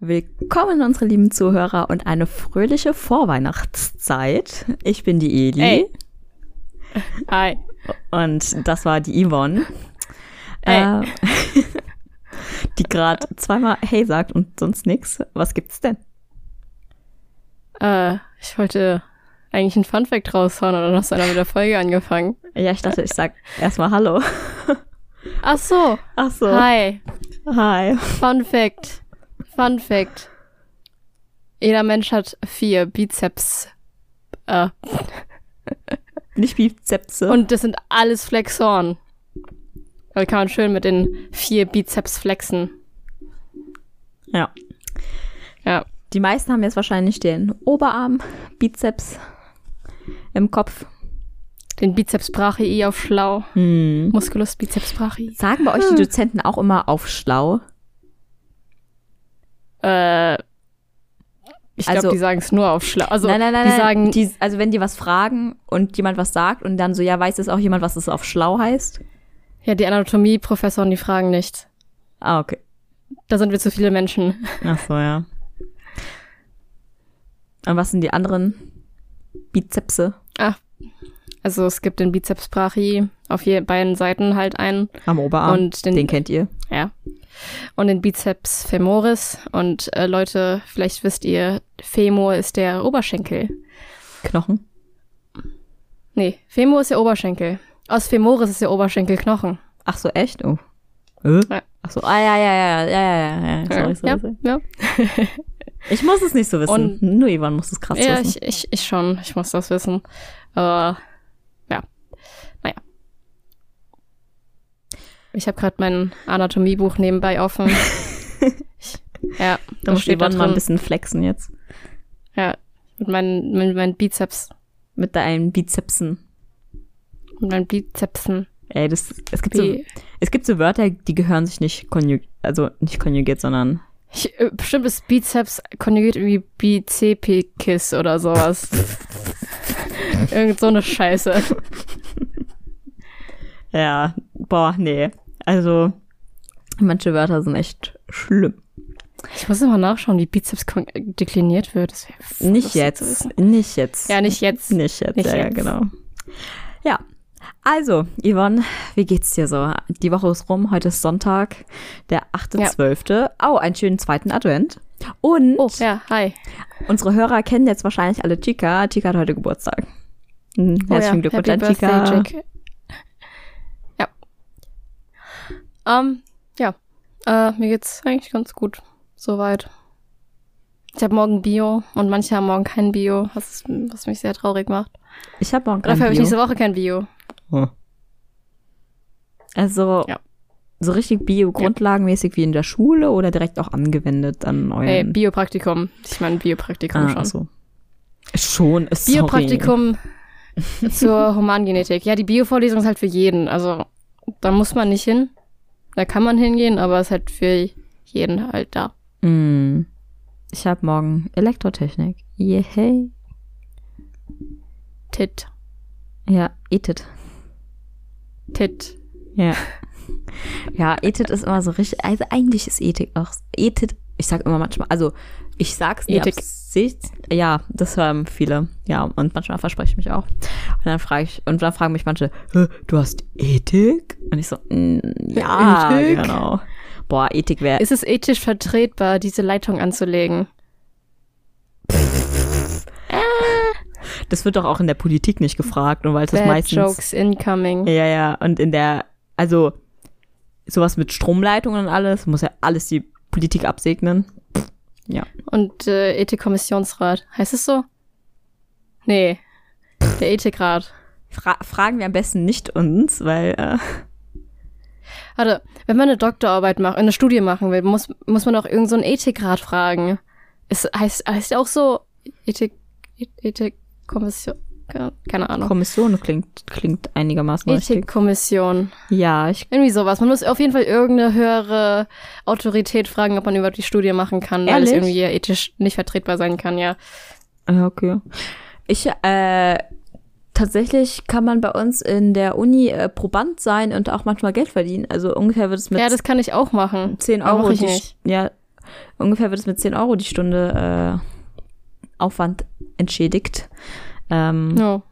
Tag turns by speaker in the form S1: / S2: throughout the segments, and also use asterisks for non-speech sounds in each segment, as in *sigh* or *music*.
S1: Willkommen, unsere lieben Zuhörer, und eine fröhliche Vorweihnachtszeit. Ich bin die Eli.
S2: Ey. Hi.
S1: Und das war die Yvonne.
S2: Ey.
S1: Äh, *laughs* die gerade zweimal Hey sagt und sonst nix. Was gibt's denn?
S2: Äh, ich wollte eigentlich einen Funfact raushauen, aber dann hast du einer mit der Folge angefangen.
S1: Ja, ich dachte, ich sag erstmal Hallo.
S2: Ach so.
S1: Ach so.
S2: Hi.
S1: Hi.
S2: Fun Fact. Fun Fact. Jeder Mensch hat vier Bizeps. Äh,
S1: Nicht Bizepse.
S2: und das sind alles Flexoren. Da kann man schön mit den vier Bizeps flexen.
S1: ja.
S2: Ja.
S1: Die meisten haben jetzt wahrscheinlich den Oberarm, Bizeps im Kopf.
S2: Den Bizeps brachii auf schlau.
S1: Hm.
S2: Musculus Bizeps brachii.
S1: Sagen bei euch
S2: Hm.
S1: die Dozenten auch immer auf schlau?
S2: Äh, ich glaube,
S1: Also-
S2: die sagen es nur auf schlau. Also,
S1: nein, nein, nein.
S2: die
S1: nein.
S2: sagen,
S1: die, also wenn die was fragen und jemand was sagt und dann so, ja, weiß es auch jemand, was es auf schlau heißt?
S2: Ja, die Anatomie-Professoren, die fragen nicht.
S1: Ah, okay.
S2: Da sind wir zu viele Menschen.
S1: Ach so, ja. Und was sind die anderen Bizepse
S2: Ah. Also es gibt den Bizeps brachii auf je, beiden Seiten halt einen
S1: am Oberarm?
S2: und den,
S1: den kennt ihr.
S2: ja und den Bizeps femoris und äh, Leute, vielleicht wisst ihr, Femur ist der Oberschenkel.
S1: Knochen.
S2: Nee, Femur ist der Oberschenkel. Aus Femoris ist der Oberschenkelknochen.
S1: Ach so, echt? Oh. Äh?
S2: Ja.
S1: Ach so, ah, ja, ja, ja, ja, ja, ja. Sorry, sorry,
S2: ja,
S1: sorry.
S2: ja.
S1: Ich muss es nicht so wissen.
S2: Und-
S1: Nur Ivan muss es krass
S2: ja
S1: wissen.
S2: ich, ich, ich schon. Ich muss das wissen. Aber ja, naja. Ich habe gerade mein Anatomiebuch
S1: *laughs*
S2: nebenbei offen. ich, ja,
S1: Da muss
S2: steht
S1: Ivan mal ein
S2: drin.
S1: bisschen flexen jetzt.
S2: Ja, mit meinen, mit meinen Bizeps,
S1: Mit deinen Bizepsen.
S2: mit meinen Bizepsen.
S1: Ey, das, es gibt so,
S2: Bi
S1: es gibt so Wörter, die gehören sich nicht konjugiert, also nicht konjugiert, sondern
S2: ich, äh, bestimmt ist Bizeps konjugiert irgendwie Bicepikis
S1: *laughs*
S2: oder sowas. Irgend so eine Scheiße.
S1: Ja, boah, nee. Also, manche Wörter sind echt schlimm.
S2: Ich muss immer nachschauen, wie Bizeps kon- dekliniert wird. Das wär voll
S1: Nicht
S2: lustig zu
S1: jetzt,
S2: wissen.
S1: nicht jetzt.
S2: Ja, nicht jetzt.
S1: nicht jetzt,
S2: nicht
S1: ja, ja,
S2: jetzt.
S1: genau. Ja, also, Yvonne, wie geht's dir so? Die Woche ist rum, heute ist Sonntag, der 8.12. Oh, einen schönen zweiten Advent. Und
S2: Oh, ja, hi.
S1: unsere Hörer kennen jetzt wahrscheinlich alle Chica. Chica hat heute Geburtstag. Hm,
S2: Oh,
S1: Herzlichen Glückwunsch
S2: Happy
S1: an
S2: Birthday,
S1: Chica.
S2: Jack. Ja. Ähm, ja. Äh, mir geht's eigentlich ganz gut. Soweit. Ich habe morgen Bio und manche haben morgen kein Bio, was, was mich sehr traurig macht.
S1: Ich habe morgen
S2: Dafür
S1: kein
S2: habe ich
S1: Bio.
S2: nächste Woche kein Bio.
S1: Oh. Also
S2: Ja.
S1: so richtig bio-grundlagenmäßig wie in der Schule oder direkt auch angewendet an euren
S2: Ey, Biopraktikum. Ich meine Biopraktikum
S1: ah,
S2: Äh, schon.
S1: So. Schon, äh, sorry. *laughs*
S2: Biopraktikum zur Humangenetik. Ja, die Biovorlesung ist halt für jeden. Also da muss man nicht hin. Da kann man hingehen, aber es ist halt für jeden halt da.
S1: Mm. Ich habe morgen Elektrotechnik. Yay.
S2: Tit,
S1: Ja, ETIT.
S2: tit.
S1: Ja. *laughs* ja, ETIT ist immer so richtig, also eigentlich ist Ethik auch, ETIT, ich sag immer manchmal, also ich sag's nicht
S2: Ethik.
S1: Absicht, ja, das hören viele, ja, und manchmal verspreche ich mich auch. Und dann frage ich, und dann fragen mich manche, "Hä, du hast Ethik? Und ich so, "Mm, ja,
S2: *laughs* Ethik?
S1: genau. Boah, Ethik wäre,
S2: Ist es ethisch vertretbar, diese Leitung anzulegen?
S1: das wird doch auch in der Politik nicht gefragt, und weil das
S2: Bad
S1: meistens,
S2: Jokes incoming.
S1: ja, ja, und in der, also, sowas mit Stromleitungen und alles, muss ja alles die Politik absegnen.
S2: Und äh, Ethikkommissionsrat. Heißt es so? Nee. Der Ethikrat.
S1: Fra fragen wir am besten nicht uns, weil äh,
S2: Warte, wenn man eine Doktorarbeit macht, eine Studie machen will, muss, muss man auch irgendeinen so einen Ethikrat fragen. Es heißt, heißt ja auch so Ethik, Ethikkommission. Keine Ahnung.
S1: Kommission klingt, klingt einigermaßen richtig.
S2: Ethikkommission.
S1: Ja, ich,
S2: Irgendwie sowas. Man muss auf jeden Fall irgendeine höhere Autorität fragen, ob man überhaupt die Studie machen kann, weil es
S1: Ehrlich?
S2: irgendwie ja ethisch nicht vertretbar sein kann, ja.
S1: ja, äh, okay. Ich, äh, tatsächlich kann man bei uns in der Uni äh, Proband sein und auch manchmal Geld verdienen. Also ungefähr wird es mit
S2: Ja, das kann ich auch machen.
S1: 10
S2: Aber
S1: Euro
S2: mach ich
S1: die-
S2: nicht.
S1: Ja, Ungefähr wird es mit 10 Euro die Stunde äh, Aufwand entschädigt. Ähm,
S2: No.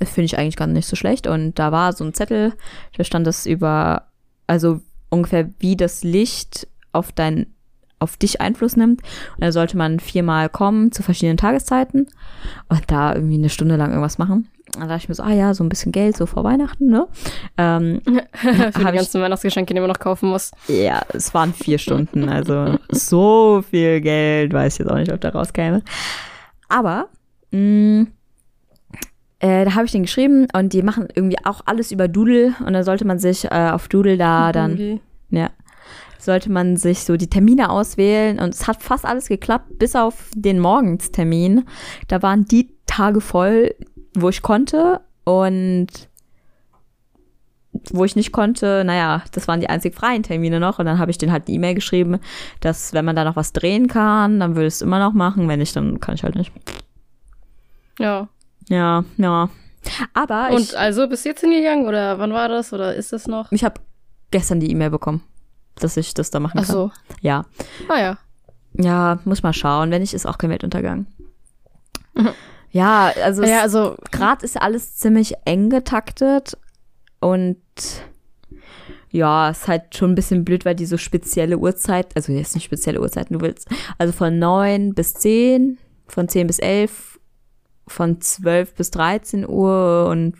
S1: Finde ich eigentlich gar nicht so schlecht. Und da war so ein Zettel, da stand das über, also ungefähr wie das Licht auf dein, auf dich Einfluss nimmt. Und da sollte man viermal kommen zu verschiedenen Tageszeiten und da irgendwie eine Stunde lang irgendwas machen. Und da dachte ich mir so, ah ja, so ein bisschen Geld, so vor Weihnachten, ne? Ähm,
S2: Für die
S1: Hab ich-
S2: ganzen Weihnachtsgeschenke, die man noch kaufen muss.
S1: ja, es waren vier Stunden, also so viel Geld, weiß ich jetzt auch nicht, ob da rauskäme. Aber mh, äh, da habe ich den geschrieben und die machen irgendwie auch alles über Doodle und da sollte man sich äh, auf Doodle da dann,
S2: Irgendwie.
S1: ja, sollte man sich so die Termine auswählen und es hat fast alles geklappt, bis auf den Morgenstermin. Da waren die Tage voll, wo ich konnte und wo ich nicht konnte, naja, das waren die einzig freien Termine noch und dann habe ich denen halt die E-Mail geschrieben, dass wenn man da noch was drehen kann, dann würde ich es immer noch machen, wenn nicht, dann kann ich halt nicht.
S2: Ja.
S1: Ja, ja. Aber
S2: Und also bist du jetzt hingegangen oder wann war das oder ist das noch?
S1: ich, ich habe gestern die E-Mail bekommen, dass ich das da machen
S2: Ach
S1: kann.
S2: so.
S1: Ja.
S2: Ah ja.
S1: Ja, muss mal schauen, wenn nicht, ist auch kein Weltuntergang. Ja, also es-
S2: Mhm. Ja, also
S1: gerade ist alles ziemlich eng getaktet und ja, ist halt schon ein bisschen blöd, weil die so spezielle Uhrzeit, also jetzt nicht spezielle Uhrzeiten, du willst, also von 9 bis 10, von 10 bis 11, von 12 bis 13 Uhr und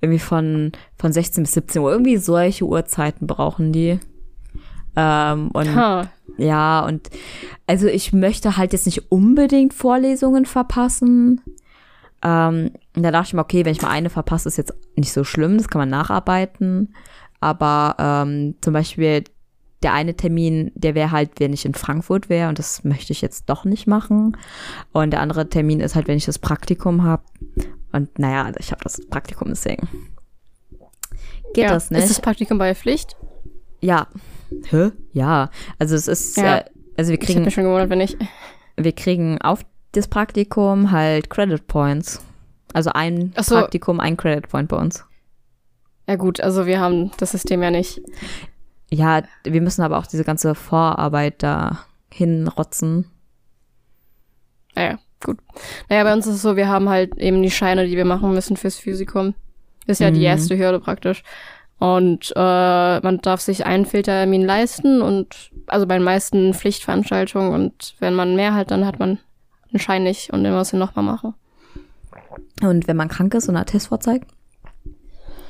S1: irgendwie von, von 16 bis 17 Uhr, irgendwie solche Uhrzeiten brauchen die. Ähm, und
S2: ha.
S1: ja, und also ich möchte halt jetzt nicht unbedingt Vorlesungen verpassen. Ähm, und da dachte ich mir, okay, wenn ich mal eine verpasse, ist jetzt nicht so schlimm, das kann man nacharbeiten. Aber ähm, zum Beispiel der eine Termin, der wäre halt, wenn ich in Frankfurt wäre und das möchte ich jetzt doch nicht machen. Und der andere Termin ist halt, wenn ich das Praktikum habe. Und naja, also ich habe das Praktikum, deswegen geht
S2: ja.
S1: das nicht.
S2: Ist das Praktikum bei Pflicht?
S1: ja. Hä? Ja. Also es ist,
S2: Ja.
S1: äh, also wir
S2: Ich hätte
S1: kriegen
S2: mich schon gewundert, wenn nicht.
S1: wir kriegen auf das Praktikum halt Credit Points. Also ein
S2: Ach so.
S1: Praktikum, ein Credit Point bei uns.
S2: Ja gut, also wir haben das System ja nicht.
S1: Ja, wir müssen aber auch diese ganze Vorarbeit da hinrotzen.
S2: Naja, gut. Naja, bei uns ist es so, wir haben halt eben die Scheine, die wir machen müssen fürs Physikum. Ist ja die
S1: Mhm.
S2: erste Hürde praktisch. Und äh, man darf sich einen Filtertermin leisten und also bei den meisten Pflichtveranstaltungen und wenn man mehr hat, dann hat man einen Schein nicht und den muss man nochmal machen.
S1: Und wenn man krank ist und einen Attest vorzeigt?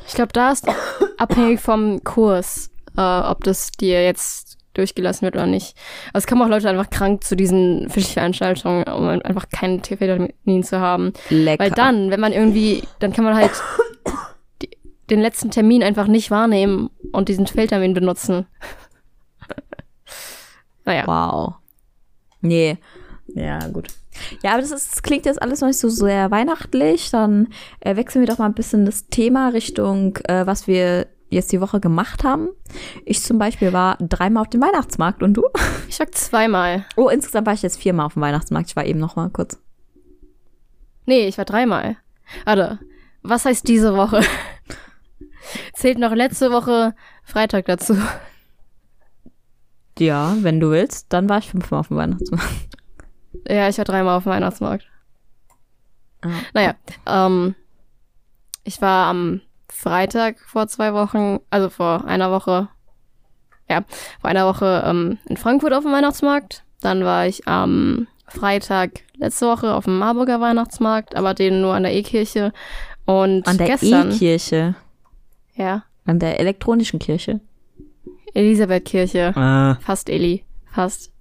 S2: Ich glaube, da ist *coughs* abhängig vom Kurs, äh, ob das dir jetzt durchgelassen wird oder nicht. Also es kommen auch Leute einfach krank zu diesen Pflichtveranstaltungen, um einfach keinen Filtertermin zu haben.
S1: Lecker.
S2: Weil dann, wenn man irgendwie, dann kann man halt die, den letzten Termin einfach nicht wahrnehmen und diesen Feldtermin benutzen. naja.
S1: Wow. Nee. Ja, gut. Ja, aber das, ist, das klingt jetzt alles noch nicht so sehr weihnachtlich. Dann äh, wechseln wir doch mal ein bisschen das Thema Richtung, äh, was wir jetzt die Woche gemacht haben. Ich zum Beispiel war dreimal auf dem Weihnachtsmarkt und du?
S2: Ich sag zweimal.
S1: Oh, insgesamt war ich jetzt viermal auf dem Weihnachtsmarkt. Ich war eben noch mal kurz.
S2: Nee, ich war dreimal. Warte, was heißt diese Woche? *laughs* Zählt noch letzte Woche Freitag dazu.
S1: Ja, wenn du willst, dann war ich fünfmal auf dem Weihnachtsmarkt.
S2: Ja, ich war dreimal auf dem Weihnachtsmarkt.
S1: Ah.
S2: Naja, ähm, ich war am Freitag vor zwei Wochen, also vor einer Woche, ja, vor einer Woche ähm, in Frankfurt auf dem Weihnachtsmarkt. Dann war ich am Freitag letzte Woche auf dem Marburger Weihnachtsmarkt, aber den nur an der E-Kirche. Und
S1: An der
S2: gestern,
S1: E-Kirche.
S2: ja,
S1: An der elektronischen Kirche.
S2: Elisabethkirche.
S1: Ah.
S2: Fast Eli, fast.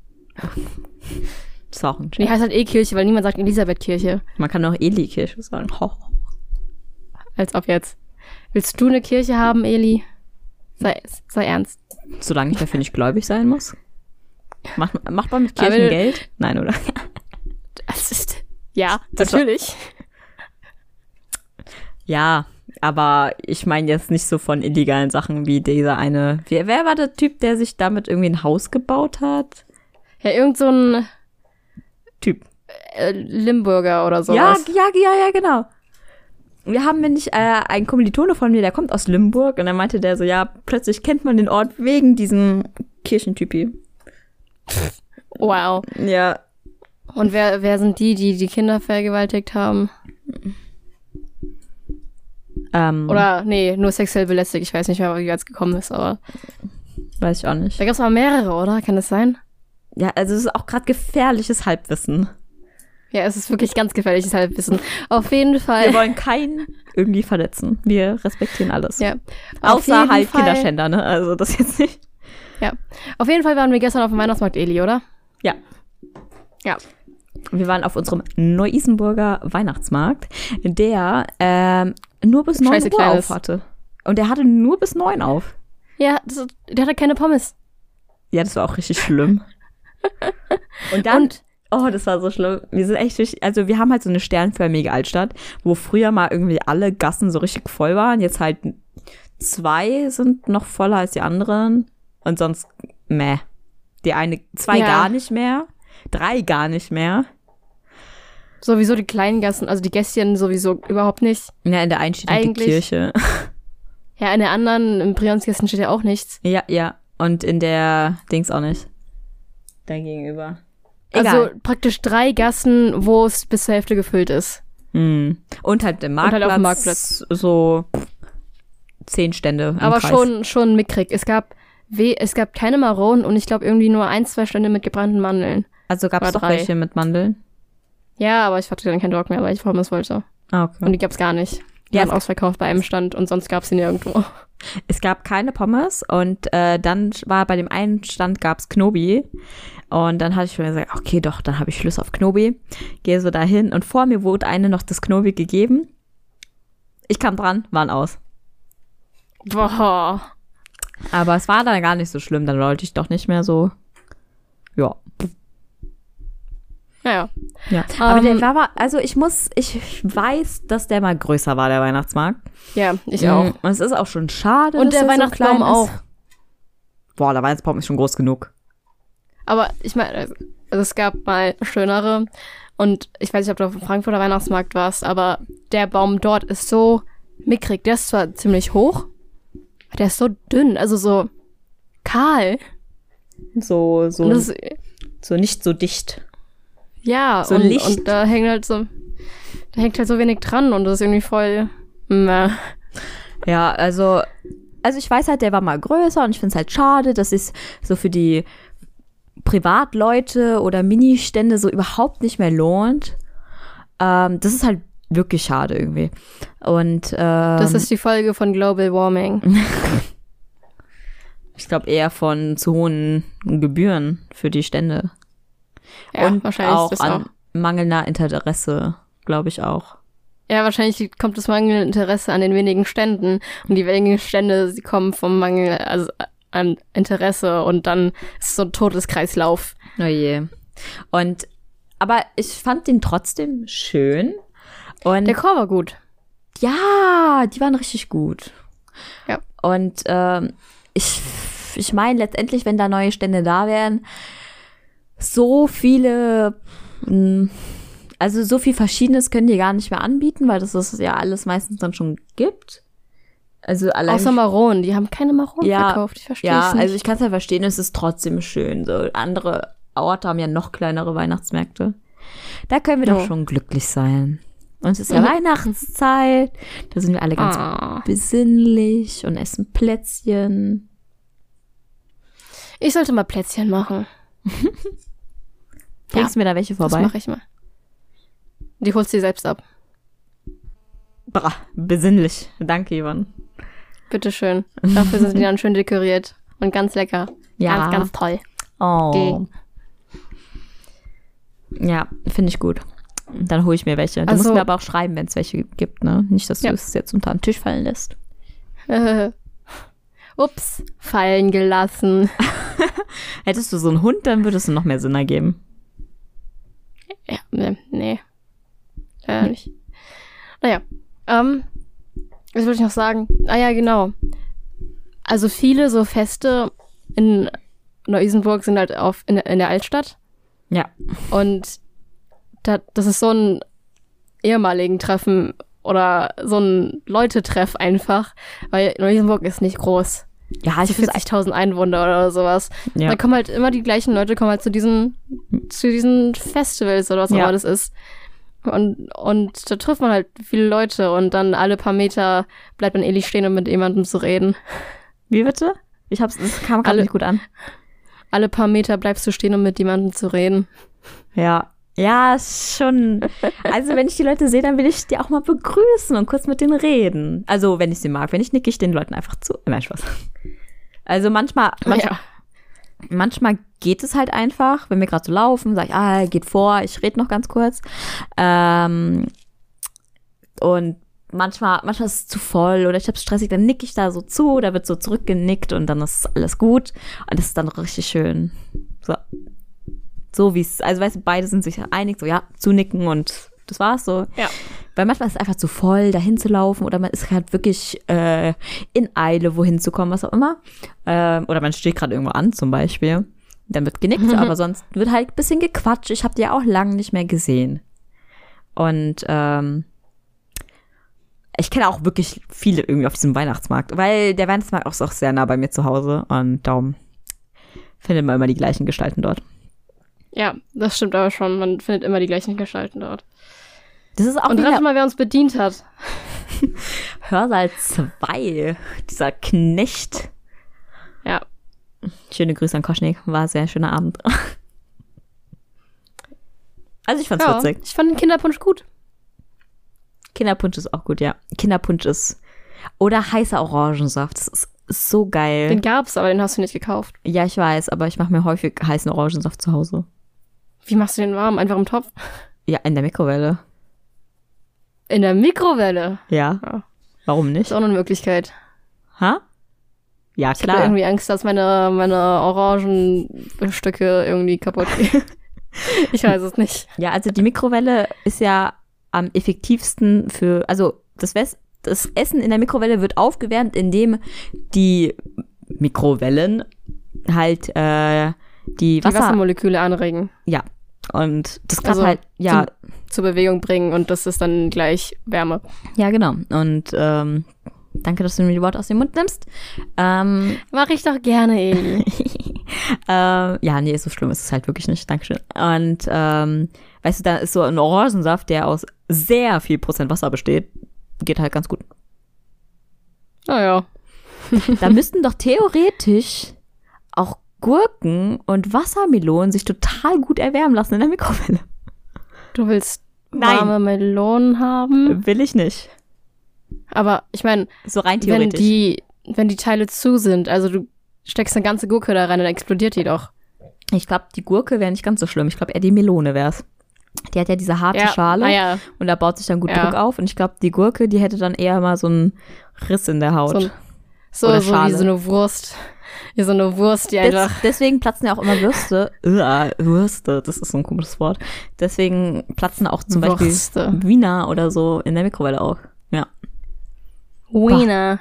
S1: Das war auch ein
S2: Nee,
S1: Scherz.
S2: heißt halt E-Kirche, weil niemand sagt Elisabethkirche.
S1: Man kann auch Eli-Kirche sagen. Ho.
S2: Als ob jetzt. Willst du eine Kirche haben, Eli? Sei, sei ernst.
S1: Solange ich dafür nicht gläubig sein muss. Macht, macht man mit
S2: Aber-
S1: Kirchen Geld? Nein, *laughs* oder?
S2: Das ist, ja,
S1: Das war-
S2: natürlich.
S1: Ja, aber ich meine jetzt nicht so von illegalen Sachen wie dieser eine. Wer, wer war der Typ, der sich damit irgendwie ein Haus gebaut hat?
S2: Ja, irgend so ein
S1: Typ.
S2: äh, Limburger oder
S1: Ja,
S2: sowas.
S1: ja, ja, ja, genau. Wir haben nämlich äh, einen Kommilitone von mir, der kommt aus Limburg und dann meinte der so, ja, plötzlich kennt man den Ort wegen diesem Kirchentypi.
S2: Wow.
S1: Ja.
S2: Und wer, wer sind die, die die Kinder vergewaltigt haben?
S1: Ähm,
S2: Oder, nee, nur sexuell belästigt. Ich weiß nicht mehr, wie das gekommen ist, aber.
S1: Weiß ich auch nicht.
S2: Da gab es aber mehrere, oder? Kann das sein?
S1: Ja, also es ist auch gerade gefährliches Halbwissen.
S2: Ja, es ist wirklich ganz gefährliches Halbwissen. Auf jeden Fall.
S1: Wir wollen keinen irgendwie verletzen. Wir respektieren alles.
S2: Ja. Auf
S1: Außer
S2: jeden
S1: halt
S2: Fall-
S1: Kinderschänder, ne? Also das jetzt nicht.
S2: Ja. Auf jeden Fall waren wir gestern auf dem Weihnachtsmarkt, Eli, oder?
S1: Ja.
S2: Ja.
S1: Wir waren auf unserem Neu-Isenburger Weihnachtsmarkt, der ähm, nur bis 9
S2: Scheiße,
S1: Uhr
S2: Kleines.
S1: auf hatte. Und der hatte nur bis 9 auf.
S2: Ja, das, der hatte keine Pommes.
S1: Ja, das war auch richtig schlimm. *laughs* Und dann. Oh, das war so schlimm. Wir sind echt richtig, also wir haben halt so eine sternförmige Altstadt, wo früher mal irgendwie alle Gassen so richtig voll waren. Jetzt halt zwei sind noch voller als die anderen. Und sonst, meh. Die eine, zwei
S2: Ja.
S1: gar nicht mehr, drei gar nicht mehr.
S2: Sowieso die kleinen Gassen, also die Gässchen sowieso überhaupt nicht.
S1: Ja, in der einen steht noch die
S2: Eigentlich-
S1: Kirche.
S2: Ja, in der anderen, im Brionsgässchen steht ja auch nichts.
S1: Ja, ja. Und in der Dings auch nicht. Dein Gegenüber. Egal.
S2: Also praktisch drei Gassen, wo es bis zur Hälfte gefüllt ist.
S1: Mhm. Und halt im
S2: Und
S1: Marktplatz.
S2: halt auf dem
S1: So zehn Stände. Im
S2: Aber
S1: Kreis.
S2: schon, schon mickrig. Es gab, we es gab keine Maronen und ich glaube irgendwie nur ein, zwei Stände mit gebrannten Mandeln.
S1: Also gab es
S2: Oder
S1: doch
S2: drei.
S1: welche mit Mandeln.
S2: Ja, aber ich hatte dann keinen Dog mehr, weil ich Pommes wollte.
S1: Ah, okay.
S2: Und die gab's gar nicht. Die
S1: Ja,
S2: waren ausverkauft bei einem Stand und sonst gab's sie nirgendwo. *laughs*
S1: Es gab keine Pommes und äh, dann war bei dem einen Stand gab's Knobi. Und dann hatte ich mir gesagt, okay, doch, dann habe ich Lust auf Knobi. Gehe so dahin und vor mir wurde eine noch das Knobi gegeben. Ich kam dran, waren aus.
S2: Boah.
S1: Aber es war dann gar nicht so schlimm, dann wollte ich doch nicht mehr so. Ja.
S2: Naja.
S1: ja. Aber
S2: Ähm,
S1: der war, mal- also ich muss, ich weiß, dass der mal größer war, der Weihnachtsmarkt.
S2: Ja, ich auch.
S1: Mm, Und es ist auch schon schade.
S2: Mhm. Und
S1: dass
S2: der
S1: so
S2: Weihnachtsbaum
S1: klein
S2: auch.
S1: Ist. Boah, der Weihnachtsbaum ist schon groß genug.
S2: Aber ich meine, also es gab mal schönere. Und ich weiß nicht, ob du auf dem Frankfurter Weihnachtsmarkt warst, aber der Baum dort ist so mickrig. Der ist zwar ziemlich hoch, aber der ist so dünn, also so kahl.
S1: So, so.
S2: Und das,
S1: So nicht so dicht.
S2: ja,
S1: So
S2: und,
S1: Licht.
S2: und da hängt halt so, da hängt halt so wenig dran und das ist irgendwie voll. Na,
S1: Ja, also, also ich weiß halt, der war mal größer und ich finde es halt schade, dass es so für die Privatleute oder Ministände so überhaupt nicht mehr lohnt. Ähm, das ist halt wirklich schade irgendwie. Und ähm,
S2: das ist die Folge von Global
S1: *laughs*
S2: Warming.
S1: ich glaube eher von zu hohen Gebühren für die Stände.
S2: Ja,
S1: und
S2: wahrscheinlich
S1: auch
S2: ist das
S1: an
S2: auch.
S1: mangelnder Interesse, glaube ich auch.
S2: Ja, wahrscheinlich kommt das mangelnde Interesse an den wenigen Ständen. Und die wenigen Stände, sie kommen vom Mangel also an Interesse und dann ist es so ein totes Kreislauf.
S1: Oh je. Und aber ich fand den trotzdem schön. Und
S2: Der Chor war gut.
S1: Ja, die waren richtig gut.
S2: Ja.
S1: Und ähm, ich, ich meine, letztendlich, wenn da neue Stände da wären, so viele, mh, also so viel Verschiedenes können die gar nicht mehr anbieten, weil das es ja alles meistens dann schon gibt. Also allein.
S2: Außer Maronen. Die haben keine Maronen
S1: Ja,
S2: verkauft. Ich verstehe
S1: ja,
S2: es nicht.
S1: also ich kann es ja verstehen, es ist trotzdem schön. So andere Orte haben ja noch kleinere Weihnachtsmärkte. Da können wir
S2: Ja.
S1: doch schon glücklich sein. Und es ist ja
S2: Mhm.
S1: Weihnachtszeit, da sind wir alle ganz
S2: ah.
S1: besinnlich und essen Plätzchen.
S2: Ich sollte mal Plätzchen machen.
S1: Bringst du mir da welche
S2: Das
S1: vorbei?
S2: mache ich mal. Die holst du dir selbst ab.
S1: Bra, besinnlich. Danke, Ivan.
S2: Bitteschön. Dafür sind die dann schön dekoriert und ganz lecker.
S1: Ja.
S2: Ganz, ganz toll.
S1: Oh. Ja, finde ich gut. Dann hole ich mir welche. Du musst
S2: Also-
S1: mir aber auch schreiben, wenn es welche gibt, ne? Nicht, dass
S2: Ja.
S1: du es jetzt unter den Tisch fallen lässt.
S2: Äh, *laughs* ups, fallen gelassen.
S1: Hättest du so einen Hund, dann würde es noch mehr Sinn ergeben.
S2: Ja, nee, nee. Leider nicht. Naja, ähm, was wollte ich noch sagen? Ah ja, genau. Also viele so Feste in Neu-Isenburg sind halt auf, in, der- in der Altstadt.
S1: Ja.
S2: Und da, das ist so ein ehemaligen Treffen oder so ein Leute-Treff einfach, weil Neu-Isenburg ist nicht groß.
S1: Ja, ich
S2: so
S1: finde
S2: 40.000 Einwohner oder sowas.
S1: Ja.
S2: Dann kommen halt immer die gleichen Leute, kommen halt zu diesen, zu diesen Festivals oder was auch
S1: Ja.
S2: immer das ist. Und, und da trifft man halt viele Leute und dann alle paar Meter bleibt man ähnlich stehen, um mit jemandem zu reden.
S1: Wie bitte? Ich hab's, es kam gerade
S2: Alle-
S1: nicht gut an.
S2: Alle paar Meter bleibst du stehen, um mit jemandem zu reden.
S1: Ja. Ja, ist schon. Also, wenn ich die Leute sehe, dann will ich die auch mal begrüßen und kurz mit denen reden. Also, wenn ich sie mag. Wenn ich nicke ich den Leuten einfach zu. Nein, Spaß. Also, manchmal, manch,
S2: ja.
S1: manchmal geht es halt einfach, wenn wir gerade so laufen, sag ich, ah, geht vor, ich rede noch ganz kurz. Ähm, und manchmal, manchmal ist es zu voll oder ich habe stressig, dann nick ich da so zu, da wird so zurückgenickt und dann ist alles gut und das ist dann richtig schön. So, so wie es, also weißt du, beide sind sich einig, so ja, zunicken und das war's so.
S2: Ja.
S1: Weil manchmal ist es einfach zu voll, dahin zu laufen oder man ist halt wirklich äh, in Eile, wohin zu kommen, was auch immer. Ähm, oder man steht gerade irgendwo an zum Beispiel. Dann wird genickt, aber sonst wird halt ein bisschen gequatscht. Ich habe die ja auch lange nicht mehr gesehen. Und ähm, ich kenne auch wirklich viele irgendwie auf diesem Weihnachtsmarkt, weil der Weihnachtsmarkt auch ist auch sehr nah bei mir zu Hause und darum findet man immer die gleichen Gestalten dort.
S2: ja, das stimmt aber schon. Man findet immer die gleichen Gestalten dort.
S1: Das ist auch
S2: Und
S1: wieder
S2: rat mal, wer uns bedient hat.
S1: Hörsaal 2, dieser Knecht.
S2: Ja.
S1: Schöne Grüße an Koschnik, war ein sehr schöner Abend. *laughs* Also ich fand's
S2: ja
S1: witzig.
S2: ich fand den Kinderpunsch gut.
S1: Kinderpunsch ist auch gut, ja. Kinderpunsch ist oder heißer Orangensaft, das ist so geil.
S2: Den gab's, aber den hast du nicht gekauft.
S1: ja, ich weiß, aber ich mache mir häufig heißen Orangensaft zu Hause.
S2: Wie machst du den warm? Einfach im Topf?
S1: Ja, in der Mikrowelle.
S2: In der Mikrowelle.
S1: Ja.
S2: Ja.
S1: Warum nicht?
S2: Ist auch eine Möglichkeit.
S1: Ha? Ja,
S2: Ich habe
S1: klar.
S2: irgendwie Angst, dass meine, meine Orangenstücke irgendwie kaputt
S1: *laughs*
S2: gehen. ich weiß es nicht.
S1: Ja, also die Mikrowelle ist ja am effektivsten für, also das, Wes das Essen in der Mikrowelle wird aufgewärmt, indem die Mikrowellen halt äh, die
S2: Die
S1: Wasser,
S2: Wassermoleküle anregen,
S1: ja, und das klappt
S2: Also
S1: halt, ja,
S2: zur Bewegung bringen und das ist dann gleich Wärme.
S1: ja, genau. Und ähm, danke, dass du mir die Worte aus dem Mund nimmst. Ähm,
S2: Mache ich doch gerne, *laughs* Eli.
S1: Ähm, ja, nee, so schlimm ist es halt wirklich nicht. Dankeschön. Und ähm, weißt du, da ist so ein Orangensaft, der aus sehr viel Prozent Wasser besteht. Geht halt ganz gut.
S2: Naja.
S1: Da müssten doch theoretisch auch Gurken und Wassermelonen sich total gut erwärmen lassen in der Mikrowelle.
S2: Du willst
S1: Nein. Äh,
S2: warme Melonen haben?
S1: Will ich nicht.
S2: Aber ich meine,
S1: So rein
S2: wenn
S1: theoretisch.
S2: die, wenn die Teile zu sind, also du steckst eine ganze Gurke da rein, dann explodiert die doch.
S1: ich glaube, die Gurke wäre nicht ganz so schlimm. Ich glaube, eher die Melone wär's. Die hat ja diese harte Schale
S2: Naja,
S1: und da baut sich dann gut
S2: ah, Ja.
S1: Druck auf. Und ich glaube, die Gurke, die hätte dann eher mal so einen Riss in der Haut.
S2: so, ein- so,
S1: Oder
S2: so wie
S1: Schale.
S2: so eine Wurst. Wie so eine Wurst, die
S1: Des,
S2: einfach.
S1: deswegen platzen ja auch immer Würste. Uah, Würste, das ist so ein komisches Wort. Deswegen platzen auch zum
S2: Würste.
S1: Beispiel Wiener oder so in der Mikrowelle auch. Ja.
S2: Wiener.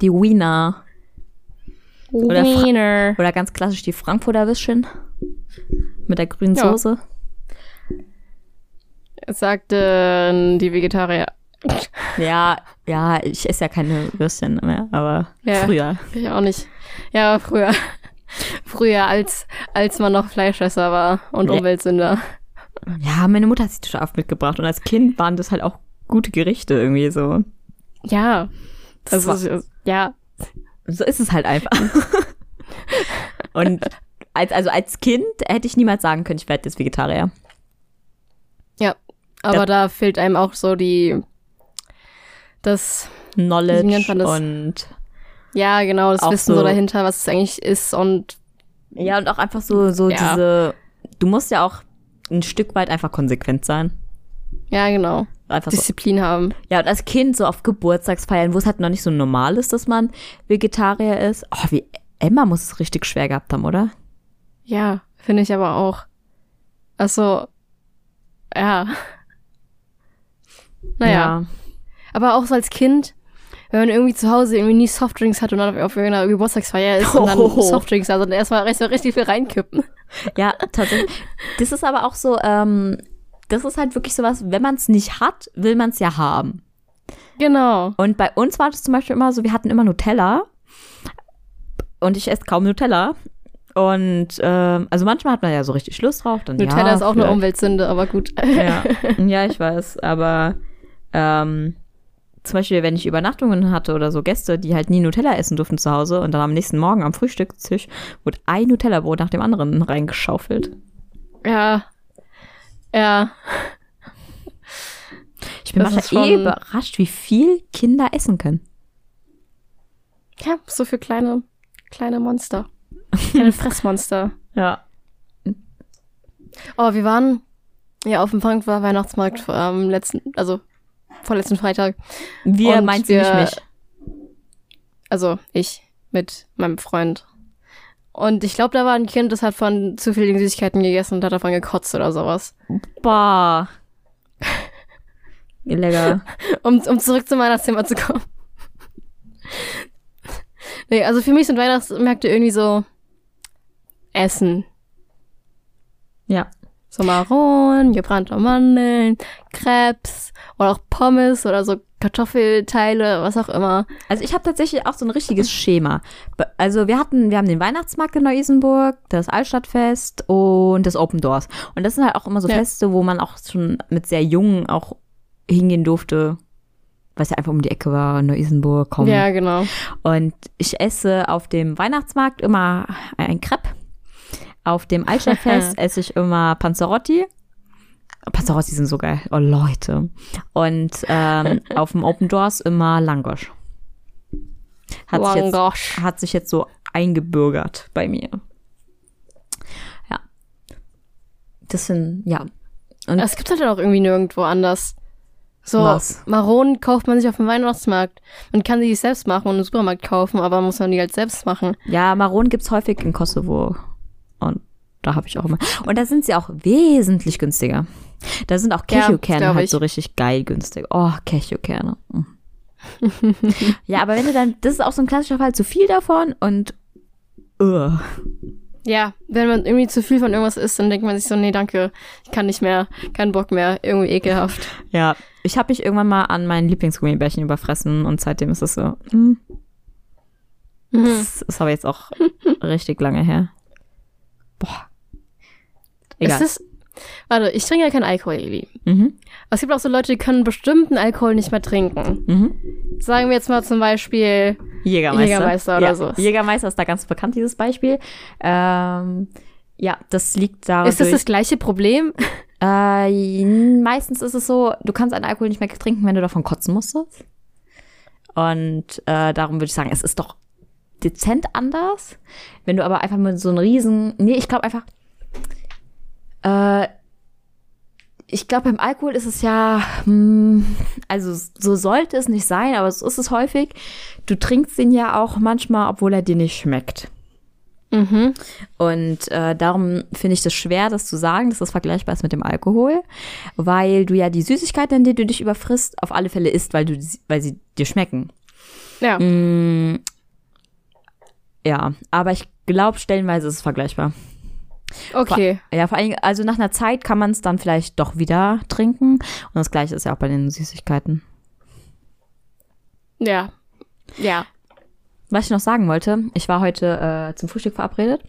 S1: Die Wiener. Oder Fra-
S2: Wiener.
S1: Oder ganz klassisch die Frankfurter Würstchen. Mit der grünen
S2: Ja.
S1: Soße.
S2: sagten die Vegetarier.
S1: Ja, ja, ich esse ja keine Würstchen mehr, aber
S2: Ja.
S1: früher.
S2: Ich auch nicht. Ja, früher. Früher, als, als man noch Fleischesser war und
S1: Ja.
S2: Umweltsünder.
S1: Ja, meine Mutter hat sie total oft mitgebracht und als Kind waren das halt auch gute Gerichte irgendwie so.
S2: Ja.
S1: Das
S2: Das ist, ja.
S1: So ist es halt
S2: *laughs*
S1: einfach. und als, also als Kind hätte ich niemals sagen können, ich werde jetzt Vegetarier.
S2: Ja. Aber da fehlt einem auch so die, das,
S1: Knowledge
S2: Wie nennt man das?
S1: und
S2: ja, genau, das
S1: Auch
S2: Wissen so
S1: so-
S2: dahinter, was es eigentlich ist und
S1: ja und auch einfach so so
S2: Ja.
S1: diese du musst ja auch ein Stück weit einfach konsequent sein.
S2: ja, genau.
S1: Einfach so.
S2: Disziplin haben.
S1: Ja, und als Kind so auf Geburtstagsfeiern, wo es halt noch nicht so normal ist, dass man Vegetarier ist. Oh, wie Emma muss es richtig schwer gehabt haben, oder?
S2: Ja, finde ich aber auch. Also, ja. *laughs* Naja. Aber auch so als Kind, wenn man irgendwie zu Hause irgendwie nie Softdrinks hat und dann auf, auf irgendeiner Geburtstagsfeier ist
S1: *laughs*
S2: und dann
S1: Ohoho.
S2: Softdrinks, also dann erstmal, erstmal richtig viel reinkippen.
S1: Ja, tatsächlich. Das ist aber auch so, ähm, das ist halt wirklich sowas, wenn man es nicht hat, will man es ja haben.
S2: Genau.
S1: Und bei uns war das zum Beispiel immer so, wir hatten immer Nutella. und ich esse kaum Nutella. Und ähm, also manchmal hat man ja so richtig Lust drauf. Dann,
S2: Nutella
S1: ja,
S2: ist auch eine
S1: vielleicht.
S2: Umweltsünde, aber gut. *laughs*
S1: Ja, *laughs* ja ich weiß. Aber ähm, zum Beispiel, wenn ich Übernachtungen hatte oder so Gäste, die halt nie Nutella essen durften zu Hause und dann am nächsten Morgen am Frühstückstisch wurde ein Nutella-Brot nach dem anderen reingeschaufelt.
S2: Ja. Ja.
S1: Ich bin
S2: Das ist
S1: manchmal eh
S2: schon-
S1: überrascht, wie viel Kinder essen können.
S2: Ja, so für kleine, kleine Monster.
S1: *laughs*
S2: Kleine Fressmonster.
S1: Ja.
S2: Oh, wir waren ja auf dem Frankfurter Weihnachtsmarkt ähm, letzten, also vorletzten Freitag.
S1: Wir
S2: Und
S1: meinst du nicht
S2: wir-
S1: mich?
S2: Also ich mit meinem Freund. Und ich glaube, da war ein Kind, das hat von zu vielen Süßigkeiten gegessen und hat davon gekotzt oder sowas.
S1: Bah. Lecker.
S2: Um, um zurück zum Weihnachtsthema zu kommen. nee, also für mich sind Weihnachtsmärkte irgendwie so Essen.
S1: Ja.
S2: So Maronen, gebrannte Mandeln, Krebs oder auch Pommes oder so Kartoffelteile, was auch immer.
S1: Also ich habe tatsächlich auch so ein richtiges Schema. Be- Also wir hatten, wir haben den Weihnachtsmarkt in Neu-Isenburg, das Altstadtfest und das Open Doors. Und das sind halt auch immer so
S2: Ja.
S1: Feste, wo man auch schon mit sehr jungen auch hingehen durfte, weil es ja einfach um die Ecke war, Neu-Isenburg, komm.
S2: Ja, genau.
S1: Und ich esse auf dem Weihnachtsmarkt immer ein Crepe. Auf dem Altstadtfest esse ich immer Panzerotti. Panzerotti sind so geil. Oh, Leute. Und ähm, auf dem Open Doors immer Langosch. Hat, sich jetzt,
S2: Langosch.
S1: hat sich jetzt so eingebürgert bei mir. Ja. Das sind, ja. Und
S2: Das gibt's halt auch irgendwie nirgendwo anders. So,
S1: Was?
S2: Maronen kauft man sich auf dem Weihnachtsmarkt. Man kann sie sich selbst machen und im Supermarkt kaufen, aber muss man die halt selbst machen.
S1: Ja, Maronen gibt's häufig in Kosovo. Und da habe ich auch immer. Und da sind sie auch wesentlich günstiger. Da sind auch
S2: Ja,
S1: Cashewkerne
S2: glaub
S1: halt
S2: ich.
S1: so richtig geil günstig. Oh, Cashewkerne.
S2: *laughs*
S1: Mm. ja, aber wenn du dann, das ist auch so ein klassischer Fall, zu viel davon und Ugh.
S2: Ja, wenn man irgendwie zu viel von irgendwas isst, dann denkt man sich so, nee, danke, ich kann nicht mehr, keinen Bock mehr, irgendwie ekelhaft.
S1: Ja, ich habe mich irgendwann mal an meinen Lieblingsgummibärchen überfressen und seitdem ist es so. mm.
S2: Hm.
S1: Mhm. Das ist aber jetzt
S2: *laughs*
S1: auch richtig lange her. Boah. Egal.
S2: Es ist, warte, ich trinke ja keinen Alkohol, Eli.
S1: mhm.
S2: Aber Es gibt auch so Leute, die können bestimmten Alkohol nicht mehr trinken.
S1: Mhm.
S2: Sagen wir jetzt mal zum Beispiel,
S1: Jägermeister.
S2: Jägermeister oder
S1: ja,
S2: sowas.
S1: Jägermeister ist da ganz bekannt, dieses Beispiel. Ähm, ja, das liegt daran.
S2: ist das das gleiche Problem? *laughs*
S1: äh, meistens ist es so, du kannst einen Alkohol nicht mehr trinken, wenn du davon kotzen musstest. Und äh, darum würde ich sagen, es ist doch dezent anders. Wenn du aber einfach mit so einem riesen. Nee, ich glaube einfach. Äh, ich glaube, beim Alkohol ist es ja, hm, also so sollte es nicht sein, aber so ist es häufig. Du trinkst ihn ja auch manchmal, obwohl er dir nicht schmeckt.
S2: Mhm.
S1: Und äh, darum finde ich das schwer, das zu sagen, dass das vergleichbar ist mit dem Alkohol, weil du ja die Süßigkeiten, an die du dich überfrisst, auf alle Fälle isst, weil, du, sie- weil sie dir schmecken.
S2: Ja.
S1: Mm, ja, aber ich glaube, stellenweise ist es vergleichbar.
S2: Okay.
S1: Ja, vor allem, also nach einer Zeit kann man es dann vielleicht doch wieder trinken. Und das gleiche ist ja auch bei den Süßigkeiten.
S2: Ja. Ja.
S1: Was ich noch sagen wollte, ich war heute äh, zum Frühstück verabredet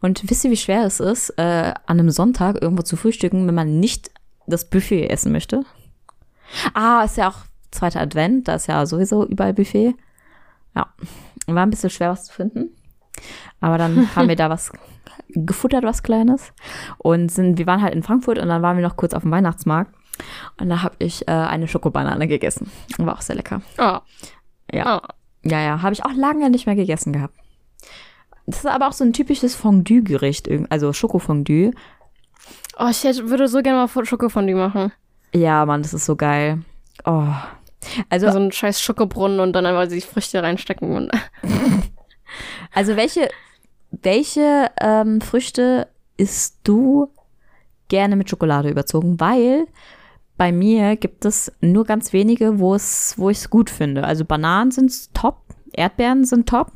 S1: und wisst ihr, wie schwer es ist, äh, an einem Sonntag irgendwo zu frühstücken, wenn man nicht das Buffet essen möchte? Ah, ist ja auch zweiter Advent, da ist ja sowieso überall Buffet. Ja, war ein bisschen schwer, was zu finden. Aber dann haben wir da was gefuttert, was Kleines. Und sind, wir waren halt in Frankfurt und dann waren wir noch kurz auf dem Weihnachtsmarkt. Und da habe ich äh, eine Schokobanane gegessen. War auch sehr lecker.
S2: Oh.
S1: Ja.
S2: Oh.
S1: Ja, ja, habe ich auch lange nicht mehr gegessen gehabt. Das ist aber auch so ein typisches Fondue-Gericht, irgend- also Schokofondue.
S2: Oh, ich hätte, würde so gerne mal Schokofondue machen.
S1: Ja, Mann, das ist so geil. Oh. Also,
S2: So einen scheiß Schokobrunnen und dann einfach die Früchte reinstecken. Und
S1: also welche, welche ähm, Früchte isst du gerne mit Schokolade überzogen? Weil bei mir gibt es nur ganz wenige, wo es, wo ich es gut finde. Also Bananen sind top, Erdbeeren sind top.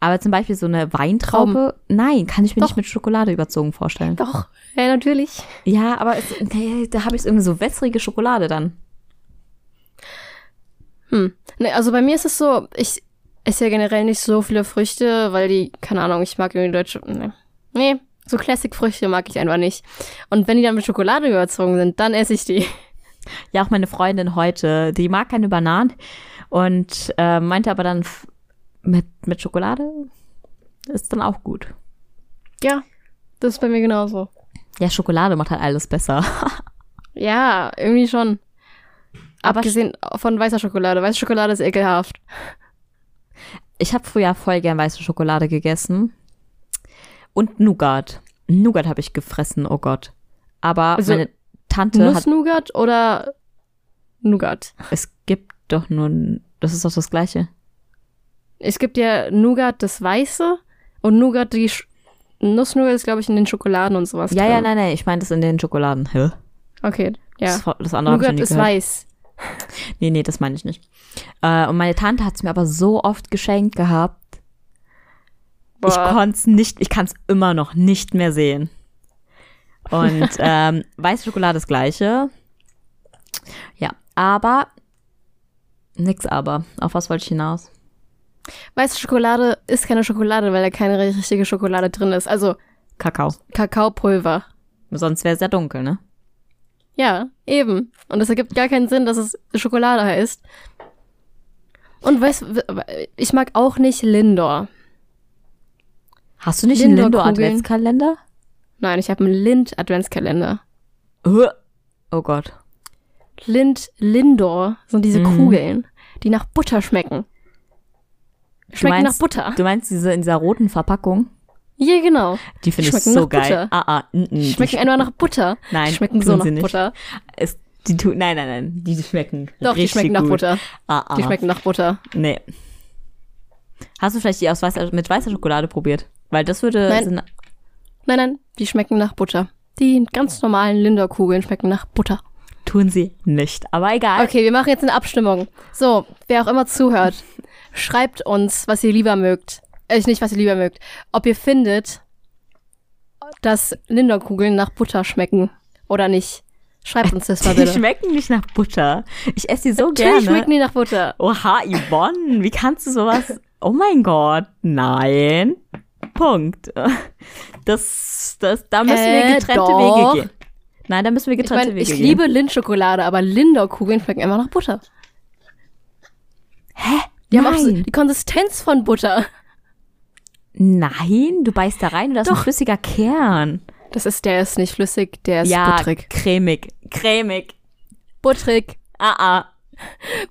S1: Aber zum Beispiel so eine Weintraube, nein, kann ich mir
S2: Doch.
S1: nicht mit Schokolade überzogen vorstellen.
S2: Doch. Ja, natürlich.
S1: Ja, aber es, nee, da habe ich irgendwie so wässrige Schokolade dann.
S2: Ne, Hm. Nee, also bei mir ist es so, ich esse ja generell nicht so viele Früchte, weil die, keine Ahnung, ich mag irgendwie deutsche. Nee. nee, so Classic-Früchte mag ich einfach nicht. Und wenn die dann mit Schokolade überzogen sind, dann esse ich die. *laughs*
S1: Ja, auch meine Freundin heute, die mag keine Bananen und äh, meinte aber dann f- mit, mit Schokolade ist dann auch gut.
S2: Ja, das ist bei mir genauso.
S1: Ja, Schokolade macht halt alles besser.
S2: Ja, irgendwie schon.
S1: Aber
S2: Abgesehen von weißer Schokolade. Weiße Schokolade ist ekelhaft.
S1: Ich habe früher voll gern weiße Schokolade gegessen. Und Nougat. Nougat habe ich gefressen, oh Gott. Aber
S2: Also,
S1: meine Tante hat.
S2: Nuss-Nougat oder Nougat?
S1: Es gibt doch nur. n- Das ist doch das Gleiche.
S2: Es gibt ja Nougat das Weiße und Nougat die Sch Nuss-Nougat ist, glaube ich, in den Schokoladen und sowas.
S1: Ja,
S2: drin.
S1: ja, nein, nein. Ich meine das in den Schokoladen. Hä?
S2: Okay, ja.
S1: Das, das andere habe ich noch
S2: Nougat
S1: nie
S2: ist
S1: gehört.
S2: Oh weiß.
S1: Nee, nee, das meine ich nicht. Äh, und meine Tante hat es mir aber so oft geschenkt gehabt. Ich
S2: Boah.
S1: konnte es nicht, ich kann es immer noch nicht mehr sehen.
S2: *laughs*
S1: Und ähm, weiße Schokolade das gleiche. Ja, aber nix aber. Auf was wollte ich hinaus?
S2: Weiße Schokolade ist keine Schokolade, weil da keine richtige Schokolade drin ist. Also
S1: Kakao.
S2: Kakaopulver.
S1: Sonst wäre es ja dunkel, ne?
S2: Ja, eben. Und es ergibt gar keinen Sinn, dass es Schokolade heißt. Und weißt w- ich mag auch nicht Lindor.
S1: Hast du nicht einen
S2: Lindor-Kugeln.
S1: Lindo-Adventskalender?
S2: Nein, ich habe einen Lind-Adventskalender.
S1: Äh, Oh Gott.
S2: Lind, Lindor sind diese
S1: Mhm.
S2: Kugeln, die nach Butter schmecken. Schmecken
S1: meinst-
S2: nach Butter.
S1: Du meinst diese in dieser roten Verpackung?
S2: Ja, genau.
S1: Die finde ich
S2: Schmecken
S1: so
S2: nach
S1: geil.
S2: Butter.
S1: Ah, ah, mm, mm, die
S2: Schmecken
S1: sch-
S2: einfach nach Butter.
S1: Nein,
S2: die schmecken
S1: tun
S2: so nach
S1: sie nicht.
S2: Butter.
S1: es- die tu, nein, nein, nein. Die schmecken.
S2: Doch, die
S1: richtig
S2: schmecken
S1: gut.
S2: nach Butter.
S1: Ah, ah.
S2: Die schmecken nach Butter.
S1: Nee. Hast du vielleicht die aus weißer, mit weißer Schokolade probiert? Weil das würde.
S2: Nein.
S1: Sinn-
S2: Nein, nein, die schmecken nach Butter. Die ganz normalen Lindor-Kugeln schmecken nach Butter.
S1: tun sie nicht. Aber egal.
S2: Okay, wir machen jetzt eine Abstimmung. So, wer auch immer zuhört, schreibt uns, was ihr lieber mögt. Äh, nicht, was ihr lieber mögt. Ob ihr findet, dass Linderkugeln nach Butter schmecken oder nicht. Schreibt uns das mal
S1: *laughs* Die
S2: bitte.
S1: schmecken nicht nach Butter. Ich esse sie so
S2: Natürlich
S1: gerne.
S2: schmecken die nach Butter.
S1: Oha, Yvonne, wie kannst du sowas? Oh mein Gott, nein. Punkt. *laughs* Das, das, da müssen wir
S2: Äh,
S1: getrennte Wege
S2: doch.
S1: gehen. Nein, da müssen wir
S2: Ich
S1: getrennte
S2: meine,
S1: Wege
S2: ich
S1: gehen.
S2: liebe Lindschokolade, aber Linderkugeln schmecken immer nach Butter.
S1: Hä?
S2: Die
S1: nein.
S2: haben auch so die Konsistenz von Butter.
S1: nein, du beißt da rein und da ist ein flüssiger Kern.
S2: Das ist, der ist nicht flüssig, der ist
S1: ja,
S2: butterig.
S1: cremig. Cremig.
S2: Butterig.
S1: Ah, ah.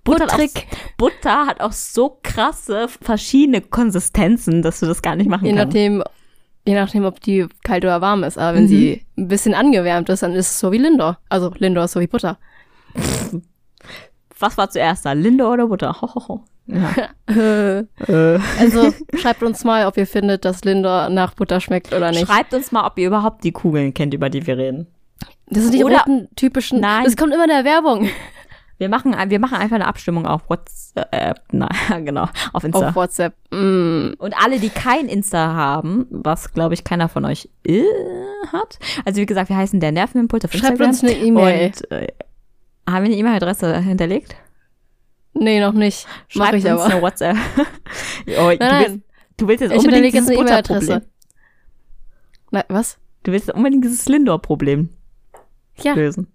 S1: Butter hat,
S2: Butterig.
S1: auch, Butter hat auch so krasse verschiedene Konsistenzen, dass du das gar nicht machen
S2: Je
S1: kannst.
S2: nachdem, je nachdem, ob die kalt oder warm ist. Aber wenn sie
S1: Mhm.
S2: ein bisschen angewärmt ist, dann ist es so wie Lindor. Also Lindor ist so wie Butter. *laughs*
S1: Was war zuerst da? Linde oder Butter? Ho, ho, ho. Ja.
S2: Äh,
S1: äh.
S2: also schreibt uns mal, ob ihr findet, dass Lindor nach Butter schmeckt oder nicht.
S1: Schreibt uns mal, ob ihr überhaupt die Kugeln kennt, über die wir reden.
S2: das sind die
S1: oder-
S2: roten typischen.
S1: Nein.
S2: Das kommt immer in der Werbung
S1: Wir machen, ein- wir machen einfach eine Abstimmung auf WhatsApp, *laughs* na, genau, auf Insta.
S2: auf WhatsApp. Mm.
S1: und alle, die kein Insta haben, was glaube ich keiner von euch äh, hat. Also wie gesagt, wir heißen der Nervenimpuls auf
S2: Schreibt
S1: Instagram.
S2: uns eine E-Mail.
S1: Und äh, haben wir eine E-Mail-Adresse hinterlegt?
S2: Nee, noch nicht. Mach
S1: Schreibt
S2: ich
S1: uns
S2: aber.
S1: eine WhatsApp. *laughs* oh, du,
S2: nein.
S1: Willst, du willst jetzt
S2: Ich
S1: unbedingt
S2: hinterlege jetzt
S1: dieses
S2: eine
S1: Butterproblem.
S2: E-Mail-Adresse. Na, was?
S1: Du willst unbedingt dieses Lindor-Problem
S2: Ja,
S1: lösen.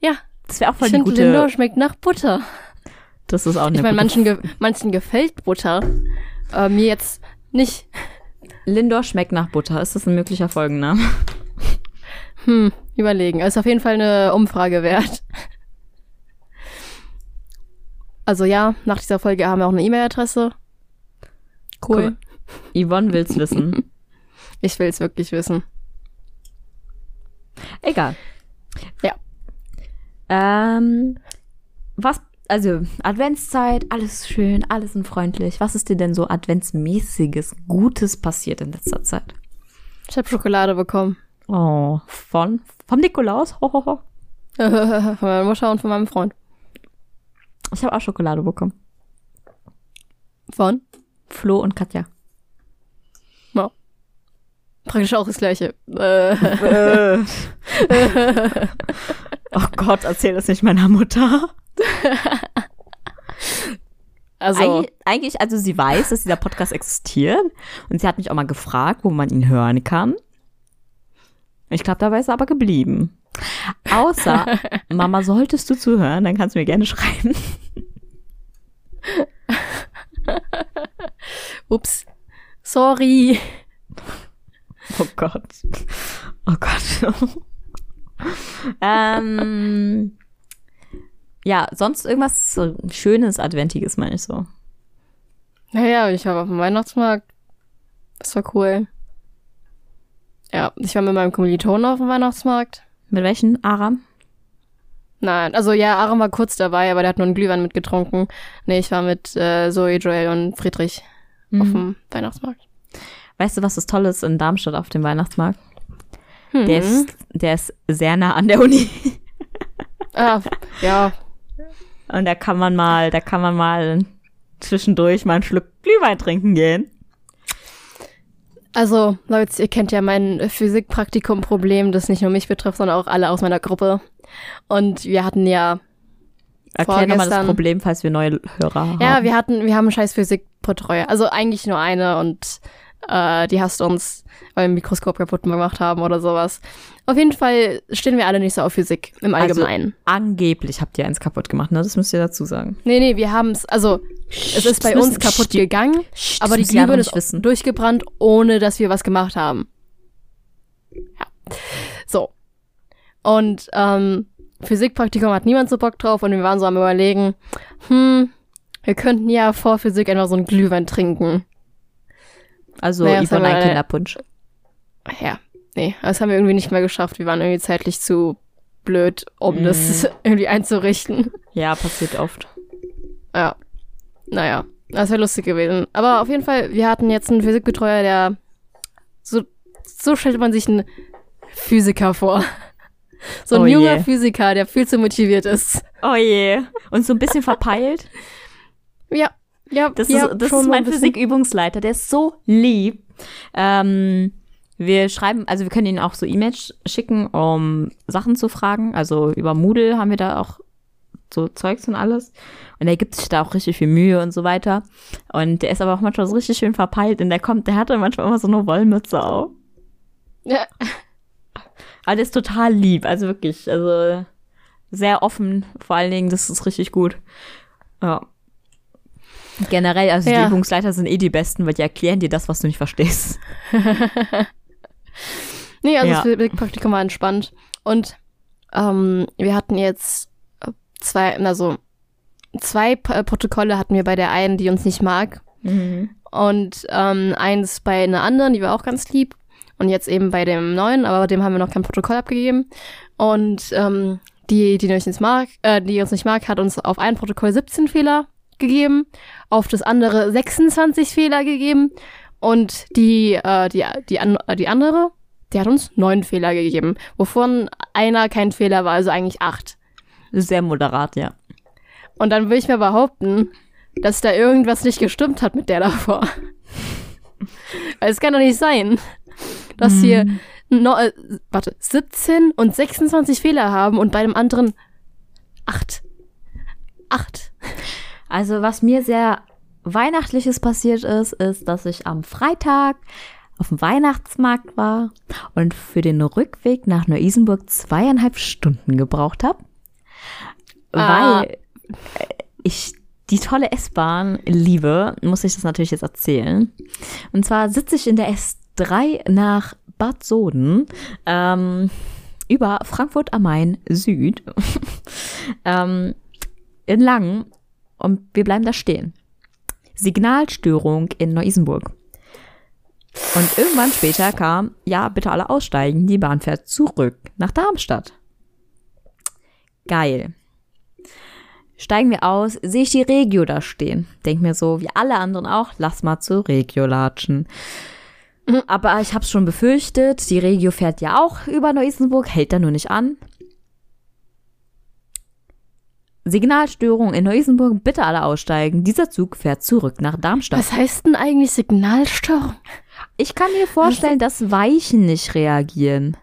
S2: ja.
S1: Das wäre auch voll
S2: Ich
S1: die
S2: finde,
S1: gute.
S2: Lindor schmeckt nach Butter.
S1: Das ist auch eine
S2: Ich meine,
S1: gute
S2: manchen, ge manchen gefällt Butter. Aber mir jetzt nicht.
S1: Lindor schmeckt nach Butter. Ist das ein möglicher Folgenname?
S2: Hm, überlegen. Ist auf jeden Fall eine Umfrage wert. Also ja, nach dieser Folge haben wir auch eine E-Mail-Adresse. Cool.
S1: Yvonne will's
S2: *laughs*
S1: wissen.
S2: Ich will es wirklich wissen.
S1: Egal.
S2: Ja.
S1: Ähm, was, also Adventszeit, alles schön, alles und freundlich. Was ist dir denn so adventsmäßiges, Gutes passiert in letzter Zeit?
S2: Ich habe Schokolade bekommen. *laughs*
S1: Oh, von, vom Nikolaus? Ho, ho, ho.
S2: von meiner Mutter und von meinem Freund.
S1: Ich habe auch Schokolade bekommen.
S2: Von?
S1: Flo und Katja.
S2: Ja. Praktisch auch das gleiche. Äh,
S1: *laughs* oh Gott, erzähl das nicht meiner Mutter.
S2: Also,
S1: Eigentlich, eigentlich, also sie weiß, dass dieser Podcast existiert und sie hat mich auch mal gefragt, wo man ihn hören kann. Ich glaube, dabei ist er aber geblieben. Außer, *laughs* Mama, solltest du zuhören, dann kannst du mir gerne schreiben.
S2: ups, sorry.
S1: Oh Gott. Oh Gott. ähm, ja, sonst irgendwas Schönes, Adventiges, meine ich so.
S2: Naja, ich war auf dem Weihnachtsmarkt. Das war cool. Ja, ich war mit meinem Kommilitonen auf dem Weihnachtsmarkt.
S1: Mit welchen? Aram?
S2: Nein, also ja, Aaron war kurz dabei, aber der hat nur einen Glühwein mitgetrunken. Nee, ich war mit äh, Zoe, Joel und Friedrich auf dem Weihnachtsmarkt.
S1: Mhm. Weißt du, was das Tolle ist in Darmstadt auf dem Weihnachtsmarkt?
S2: Hm.
S1: Der, ist, der ist sehr nah an der Uni.
S2: Ah, ja,
S1: Und da kann man mal, da kann man mal zwischendurch mal einen Schluck Glühwein trinken gehen.
S2: also Leute, ihr kennt ja mein Physikpraktikum-Problem, das nicht nur mich betrifft, sondern auch alle aus meiner Gruppe. Und wir hatten ja,
S1: Erklär nochmal das
S2: Vorgestern.
S1: Problem, falls wir neue Hörer haben.
S2: ja, wir hatten, wir haben einen scheiß Physikbetreuer. Also eigentlich nur eine und äh, die hasst uns, weil wir ein Mikroskop kaputt gemacht haben oder sowas. Auf jeden Fall stehen wir alle nicht so auf Physik im
S1: Also-
S2: Allgemeinen.
S1: Angeblich habt ihr eins kaputt gemacht, ne? Das müsst ihr dazu sagen.
S2: Nee, nee, wir haben es, also es ist bei
S1: das
S2: uns
S1: müssen-
S2: kaputt
S1: Stimmt.
S2: gegangen,
S1: Sch, das müssen
S2: aber die
S1: die anderen
S2: Glühbirne
S1: nicht
S2: ist
S1: wissen.
S2: durchgebrannt, ohne dass wir was gemacht haben. Ja. So. Und ähm, Physikpraktikum hat niemand so Bock drauf und wir waren so am überlegen, hm, wir könnten ja vor Physik einfach so einen Glühwein trinken.
S1: Also,
S2: Naja, das
S1: Yvonne,
S2: haben
S1: ein
S2: wir-
S1: Kinderpunsch.
S2: Ja, nee, das haben wir irgendwie nicht mehr geschafft. Wir waren irgendwie zeitlich zu blöd, um
S1: Mhm.
S2: das *laughs* irgendwie einzurichten.
S1: Ja, passiert oft.
S2: Ja. Naja, das wäre lustig gewesen. Aber auf jeden Fall, wir hatten jetzt einen Physikbetreuer, der. So, so stellt man sich einen Physiker vor. *laughs* So ein
S1: Oh je.
S2: junger Physiker, der viel zu motiviert ist.
S1: Oh je. Und so ein bisschen verpeilt.
S2: Ja, ja,
S1: Das
S2: ja,
S1: ist, das
S2: schon
S1: ist
S2: mal
S1: mein
S2: ein bisschen.
S1: Physikübungsleiter, der ist so lieb. Ähm, wir schreiben, also wir können ihnen auch so E-Mails schicken, um Sachen zu fragen. Also über Moodle haben wir da auch so Zeugs und alles. Und er gibt sich da auch richtig viel Mühe und so weiter. Und der ist aber auch manchmal so richtig schön verpeilt. Und der kommt, der hat dann manchmal immer so eine Wollmütze auf.
S2: Ja,
S1: Aber der ist total lieb, also wirklich, also sehr offen, vor allen Dingen, das ist richtig gut. Ja. Generell, also die
S2: Ja.
S1: Übungsleiter sind eh die besten, weil die erklären dir das, was du nicht verstehst.
S2: nee, also
S1: Ja.
S2: das Physikpraktikum war entspannt. Und ähm, wir hatten jetzt äh, zwei, also zwei Pa- Protokolle hatten wir bei der einen, die uns nicht mag. Und ähm, eins bei einer anderen, die war auch ganz lieb. Und jetzt eben bei dem neuen, aber dem haben wir noch kein Protokoll abgegeben. Und ähm, die, die uns nicht mag, äh, die uns nicht mag, hat uns auf ein Protokoll 17 Fehler gegeben, auf das andere 26 Fehler gegeben. Und die, äh, die, die, an, äh, die andere, die hat uns neun Fehler gegeben, wovon einer kein Fehler war, also eigentlich acht.
S1: Sehr moderat, ja.
S2: Und dann will ich mir behaupten, dass da irgendwas nicht gestimmt hat mit der davor. Weil es kann doch nicht sein, dass wir no, äh, warte, 17 und 26 Fehler haben und bei dem anderen 8. 8.
S1: Also, was mir sehr Weihnachtliches passiert ist, ist, dass ich am Freitag auf dem Weihnachtsmarkt war und für den Rückweg nach Neu-Isenburg zweieinhalb Stunden gebraucht habe.
S2: Ah.
S1: Weil äh, ich die tolle S-Bahn liebe, muss ich das natürlich jetzt erzählen. Und zwar sitze ich in der S3 nach Bad Soden ähm, über Frankfurt am Main Süd *laughs* ähm, in Langen und wir bleiben da stehen. Signalstörung in Neu-Isenburg. Und irgendwann später kam, ja, bitte alle aussteigen, die Bahn fährt zurück nach Darmstadt. Geil. Steigen wir aus, sehe ich die Regio da stehen. Denk mir so, wie alle anderen auch, lass mal zur Regio latschen. Aber ich hab's schon befürchtet, die Regio fährt ja auch über Neu-Isenburg, hält da nur nicht an. Signalstörung in Neu-Isenburg, bitte alle aussteigen. Dieser Zug fährt zurück nach Darmstadt.
S2: Was heißt denn eigentlich Signalstörung?
S1: Ich kann mir vorstellen, dass Weichen nicht reagieren.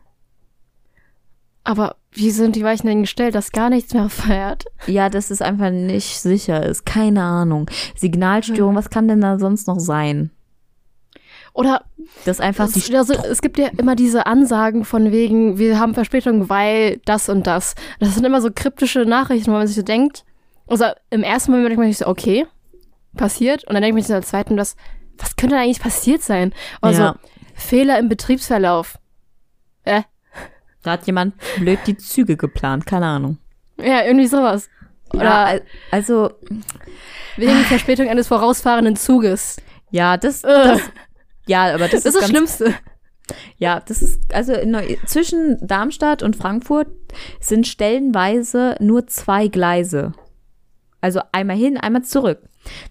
S2: Aber wie sind die Weichen denn gestellt, dass gar nichts mehr feiert?
S1: Ja, dass es einfach nicht sicher ist. Keine Ahnung. Signalstörung, was kann denn da sonst noch sein?
S2: Oder
S1: Dass einfach die
S2: es, also, es gibt ja immer diese Ansagen von wegen, wir haben Verspätung, weil das und das. Das sind immer so kryptische Nachrichten, wo man sich so denkt. Also im ersten Moment denkt man sich so, okay, passiert. Und dann denkt man sich im zweiten, was, was könnte denn eigentlich passiert sein? Also
S1: Ja.
S2: Fehler im Betriebsverlauf. Äh,
S1: Da hat jemand blöd die Züge geplant, keine Ahnung.
S2: ja, irgendwie sowas. Oder
S1: Ja, al- also,
S2: wegen Verspätung eines vorausfahrenden Zuges.
S1: ja, das,
S2: Äh,
S1: das ja, aber das,
S2: das ist
S1: ist
S2: das
S1: ganz,
S2: Schlimmste.
S1: Ja, das ist, also in Neu zwischen Darmstadt und Frankfurt sind stellenweise nur zwei Gleise. Also einmal hin, einmal zurück.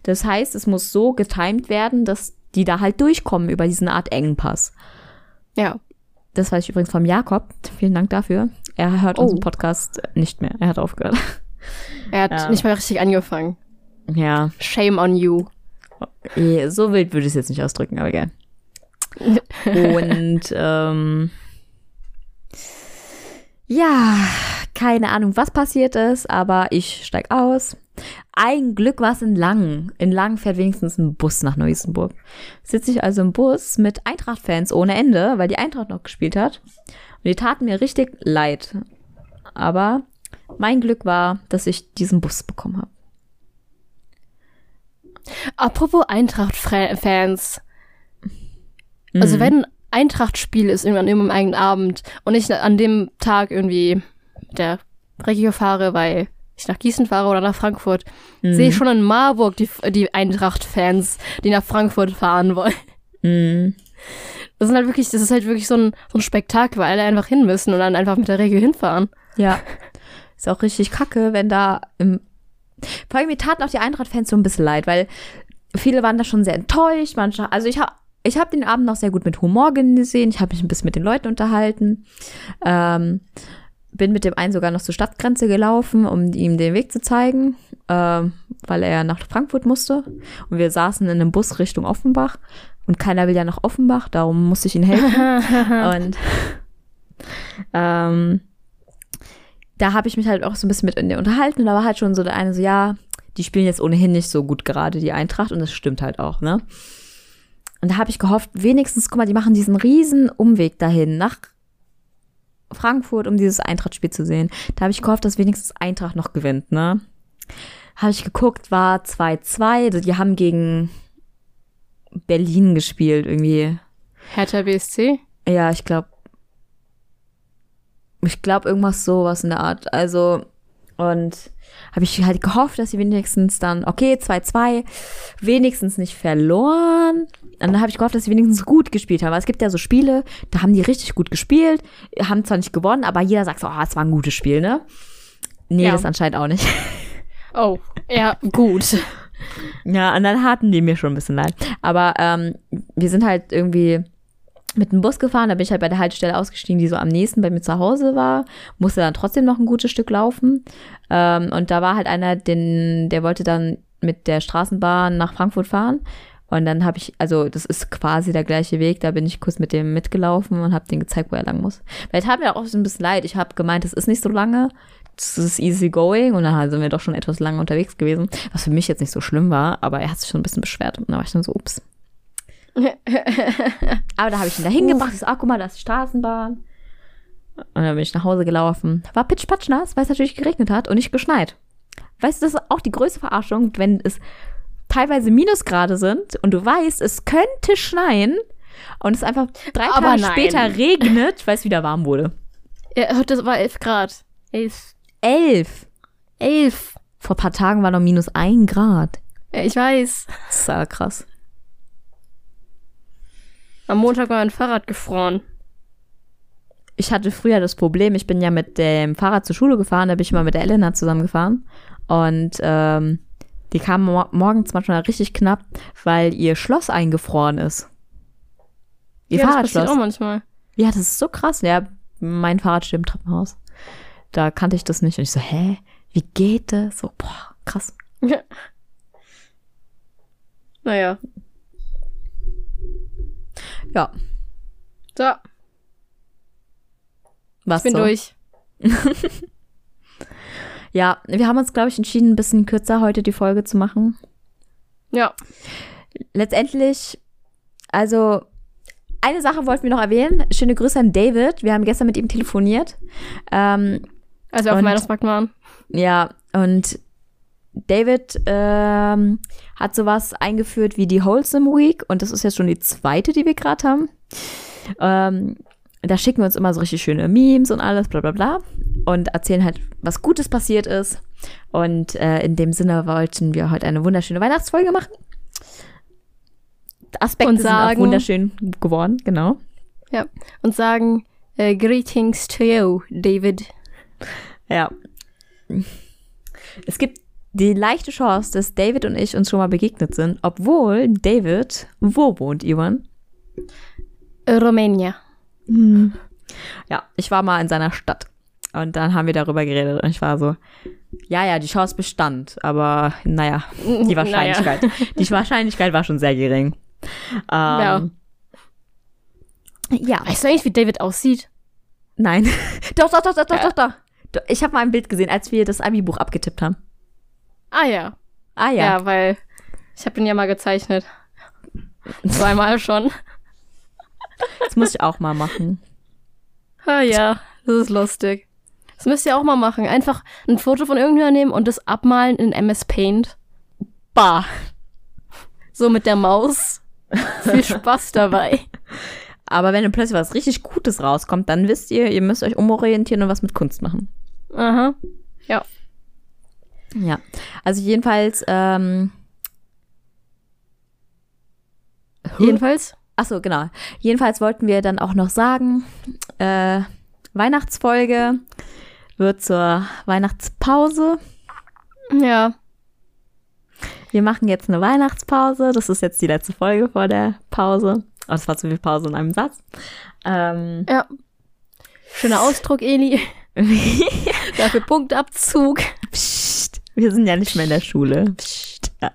S1: Das heißt, es muss so getimed werden, dass die da halt durchkommen über diesen Art Engpass.
S2: Ja.
S1: Das weiß ich übrigens vom Jakob. Vielen Dank dafür. Er hört
S2: Oh.
S1: unseren Podcast nicht mehr. Er hat aufgehört.
S2: Er hat
S1: Ja.
S2: nicht mal richtig angefangen.
S1: Ja,
S2: Shame on you.
S1: eh, so wild würde ich es jetzt nicht ausdrücken, aber gern. Und ähm, ja, keine Ahnung, was passiert ist, aber ich steig aus. Ein Glück war es in Langen. In Langen fährt wenigstens ein Bus nach Neu-Isenburg. Sitze ich also im Bus mit Eintracht-Fans ohne Ende, weil die Eintracht noch gespielt hat. Und die taten mir richtig leid. Aber mein Glück war, dass ich diesen Bus bekommen habe.
S2: Apropos Eintracht-Fans. Also wenn ein Eintracht-Spiel ist irgendwann an einem eigenen Abend und ich an dem Tag irgendwie mit der Regio fahre, weil ich nach Gießen fahre oder nach Frankfurt, sehe ich schon in Marburg die, die Eintracht-Fans, die nach Frankfurt fahren wollen.
S1: Mhm.
S2: Das sind halt wirklich, das ist halt wirklich so ein, so ein Spektakel, weil alle einfach hin müssen und dann einfach mit der Regio hinfahren.
S1: Ja. Ist auch richtig kacke, wenn da im. Vor allem, mir taten auch die Eintracht-Fans so ein bisschen leid, weil viele waren da schon sehr enttäuscht. Manche, also ich habe ich hab den Abend noch sehr gut mit Humor gesehen. Ich habe mich ein bisschen mit den Leuten unterhalten. Ähm, bin mit dem einen sogar noch zur Stadtgrenze gelaufen, um ihm den Weg zu zeigen, ähm, weil er nach Frankfurt musste. Und wir saßen in einem Bus Richtung Offenbach. Und keiner will ja nach Offenbach, darum musste ich ihn helfen. Und ähm, da habe ich mich halt auch so ein bisschen mit in der unterhalten und da war halt schon so der eine so, ja, die spielen jetzt ohnehin nicht so gut gerade, die Eintracht, und das stimmt halt auch, ne? Und da habe ich gehofft, wenigstens, guck mal, die machen diesen riesen Umweg dahin nach Frankfurt, um dieses Eintracht-Spiel zu sehen. Da habe ich gehofft, dass wenigstens Eintracht noch gewinnt, ne? Habe ich geguckt, war 2-2, die haben gegen Berlin gespielt, irgendwie
S2: Hertha BSC?
S1: ja, ich glaube. Ich glaube, irgendwas sowas in der Art. Also, und habe ich halt gehofft, dass sie wenigstens dann, okay, 2-2, wenigstens nicht verloren. Und dann habe ich gehofft, dass sie wenigstens gut gespielt haben. Weil es gibt ja so Spiele, da haben die richtig gut gespielt, haben zwar nicht gewonnen, aber jeder sagt so, ah, es war ein gutes Spiel, ne? Nee,
S2: Ja.
S1: das anscheinend auch nicht.
S2: Oh, ja, gut.
S1: Ja, und dann hatten die mir schon ein bisschen leid. Aber ähm, wir sind halt irgendwie mit dem Bus gefahren, da bin ich halt bei der Haltestelle ausgestiegen, die so am nächsten bei mir zu Hause war, musste dann trotzdem noch ein gutes Stück laufen. Ähm, und da war halt einer, den, der wollte dann mit der Straßenbahn nach Frankfurt fahren. Und dann habe ich, also das ist quasi der gleiche Weg, da bin ich kurz mit dem mitgelaufen und habe den gezeigt, wo er lang muss. Weil es hat mir auch so ein bisschen leid, ich habe gemeint, es ist nicht so lange, es ist easy going und dann sind wir doch schon etwas lange unterwegs gewesen, was für mich jetzt nicht so schlimm war, aber er hat sich schon ein bisschen beschwert und dann war ich dann so, ups. Aber da habe ich ihn da hingebracht. Ich so, ah, guck mal, da ist die Straßenbahn. Und dann bin ich nach Hause gelaufen. War pitschpatschnass, weil es natürlich geregnet hat und nicht geschneit. Weißt du, das ist auch die größte Verarschung, wenn es teilweise Minusgrade sind und du weißt, es könnte schneien und es einfach drei
S2: Aber
S1: Tage
S2: nein.
S1: später regnet, weil es wieder warm wurde.
S2: Ja, heute war 11 Grad. 11.
S1: Elf.
S2: 11.
S1: Vor ein paar Tagen war noch minus ein Grad.
S2: Ja, Ich weiß.
S1: Das ist ja krass.
S2: Am Montag war mein Fahrrad gefroren.
S1: ich hatte früher das Problem, ich bin ja mit dem Fahrrad zur Schule gefahren, da bin ich mal mit der Elena zusammengefahren. Und ähm, die kam mor morgens manchmal richtig knapp, weil ihr Schloss eingefroren ist. Ihr
S2: ja, das passiert auch
S1: Fahrradschloss.
S2: manchmal.
S1: Ja, das ist so krass. Ja, mein Fahrrad steht im Treppenhaus. Da kannte ich das nicht. Und ich so, hä? Wie geht das? So, boah, krass.
S2: Naja.
S1: Ja,
S2: So,
S1: was
S2: ich bin
S1: so.
S2: durch.
S1: Ja, wir haben uns, glaube ich, entschieden, ein bisschen kürzer heute die Folge zu machen.
S2: Ja.
S1: Letztendlich, also eine Sache wollten wir noch erwähnen. Schöne Grüße an David. Wir haben gestern mit ihm telefoniert. Ähm,
S2: Als wir Also auf
S1: Und-
S2: dem Weihnachtsmarkt waren.
S1: ja, und David ähm, hat sowas eingeführt wie die Wholesome Week und das ist jetzt schon die zweite, die wir gerade haben. Ähm, da schicken wir uns immer so richtig schöne Memes und alles, bla bla bla. Und erzählen halt, was Gutes passiert ist. Und äh, in dem Sinne wollten wir heute eine wunderschöne Weihnachtsfolge machen. Aspekte
S2: Und
S1: sind
S2: sagen-
S1: auch wunderschön geworden, genau.
S2: Ja. Und sagen, äh, greetings to you, David.
S1: Ja. Es gibt die leichte Chance, dass David und ich uns schon mal begegnet sind, obwohl David, wo wohnt Ivan?
S2: Rumänia.
S1: Ja, ich war mal in seiner Stadt. Und dann haben wir darüber geredet und ich war so, ja, ja, die Chance bestand, aber naja, die
S2: *laughs* Naja.
S1: Wahrscheinlichkeit. Die Wahrscheinlichkeit war schon sehr gering. Ähm, ja.
S2: Weißt du eigentlich, wie David aussieht?
S1: Nein. *laughs* doch, doch, doch, doch, doch, doch, doch. Doch, Ich habe mal ein Bild gesehen, als wir das Abi-Buch abgetippt haben.
S2: Ah ja.
S1: Ah
S2: Ja,
S1: ja.
S2: weil ich habe den ja mal gezeichnet. Zweimal schon.
S1: das muss ich auch mal machen.
S2: Ah ja, das ist lustig. Das müsst ihr auch mal machen. Einfach ein Foto von irgendjemandem nehmen und das abmalen in MS Paint. Bah. So mit der *laughs* Maus. Viel Spaß dabei.
S1: Aber wenn dann plötzlich was richtig Gutes rauskommt, dann wisst ihr, ihr müsst euch umorientieren und was mit Kunst machen.
S2: Aha. Ja.
S1: Ja. Also jedenfalls, ähm,
S2: Jedenfalls.
S1: achso, genau. Jedenfalls wollten wir dann auch noch sagen, äh, Weihnachtsfolge wird zur Weihnachtspause.
S2: Ja.
S1: Wir machen jetzt eine Weihnachtspause. Das ist jetzt die letzte Folge vor der Pause. Oh, das war zu viel Pause in einem Satz. Ähm, *laughs*
S2: Ja. Schöner Ausdruck, *laughs* Eli. Dafür Punktabzug.
S1: Psst, wir sind ja nicht mehr in der Schule. Psst, ja.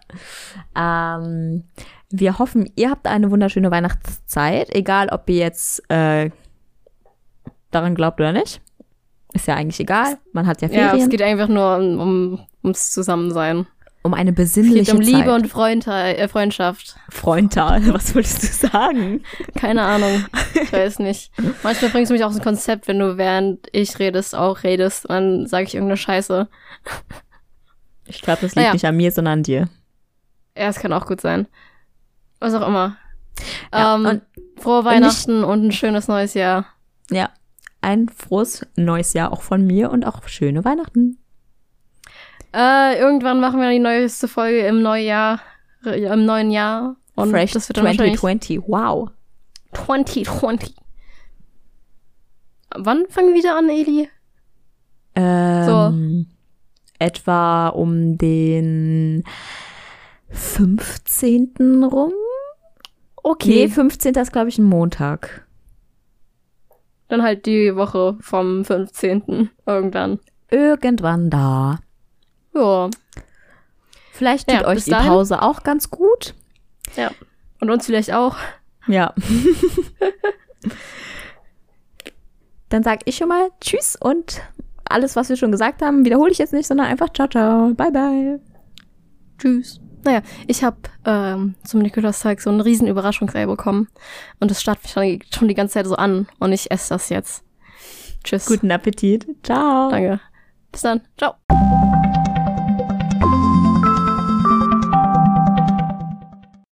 S1: ähm, wir hoffen, ihr habt eine wunderschöne Weihnachtszeit, egal ob ihr jetzt äh, daran glaubt oder nicht. Ist ja eigentlich egal. Man hat ja
S2: Ja, es
S1: Ferien.
S2: geht einfach nur um, um, ums Zusammensein.
S1: um eine
S2: Es geht
S1: besinnliche
S2: um Liebe
S1: Zeit.
S2: und Freundheit, äh, Freundschaft.
S1: Freundal, *laughs* was wolltest du sagen?
S2: Keine Ahnung. Ich weiß *laughs* nicht. Manchmal bringst du mich auch so ein Konzept, wenn du während ich redest, auch redest. Und dann sage ich irgendeine Scheiße.
S1: Ich glaube, das liegt
S2: Naja.
S1: nicht an mir, sondern an dir.
S2: Ja, es kann auch gut sein. Was auch immer.
S1: Ja,
S2: ähm,
S1: und-
S2: frohe Weihnachten und ein schönes neues Jahr.
S1: Ja. Ein frohes neues Jahr auch von mir und auch schöne Weihnachten.
S2: Äh, irgendwann machen wir die neueste Folge im Neujahr, äh, im neuen Jahr. Und
S1: Fresh
S2: das wird dann wahrscheinlich
S1: 2020. Wow.
S2: 2020. Wann fangen wir wieder an, Eli?
S1: Ähm, Etwa um den 15. rum. Nee,
S2: Okay.
S1: 15. ist, glaube ich, ein Montag.
S2: Dann halt die Woche vom 15. irgendwann.
S1: Irgendwann da.
S2: Ja.
S1: Vielleicht
S2: Ja,
S1: tut euch
S2: bis
S1: die
S2: dahin.
S1: Pause auch ganz gut.
S2: Ja. Und uns vielleicht auch.
S1: Ja. *laughs* Dann sag ich schon mal Tschüss und alles, was wir schon gesagt haben, wiederhole ich jetzt nicht, sondern einfach Ciao, ciao. Bye, bye.
S2: Tschüss. Naja, ich habe ähm, zum Nikolaustag so ein riesen Überraschungsei bekommen. Und das starrt mich schon, schon die ganze Zeit so an. Und ich esse das jetzt. Tschüss.
S1: Guten Appetit. Ciao.
S2: Danke. Bis dann. Ciao.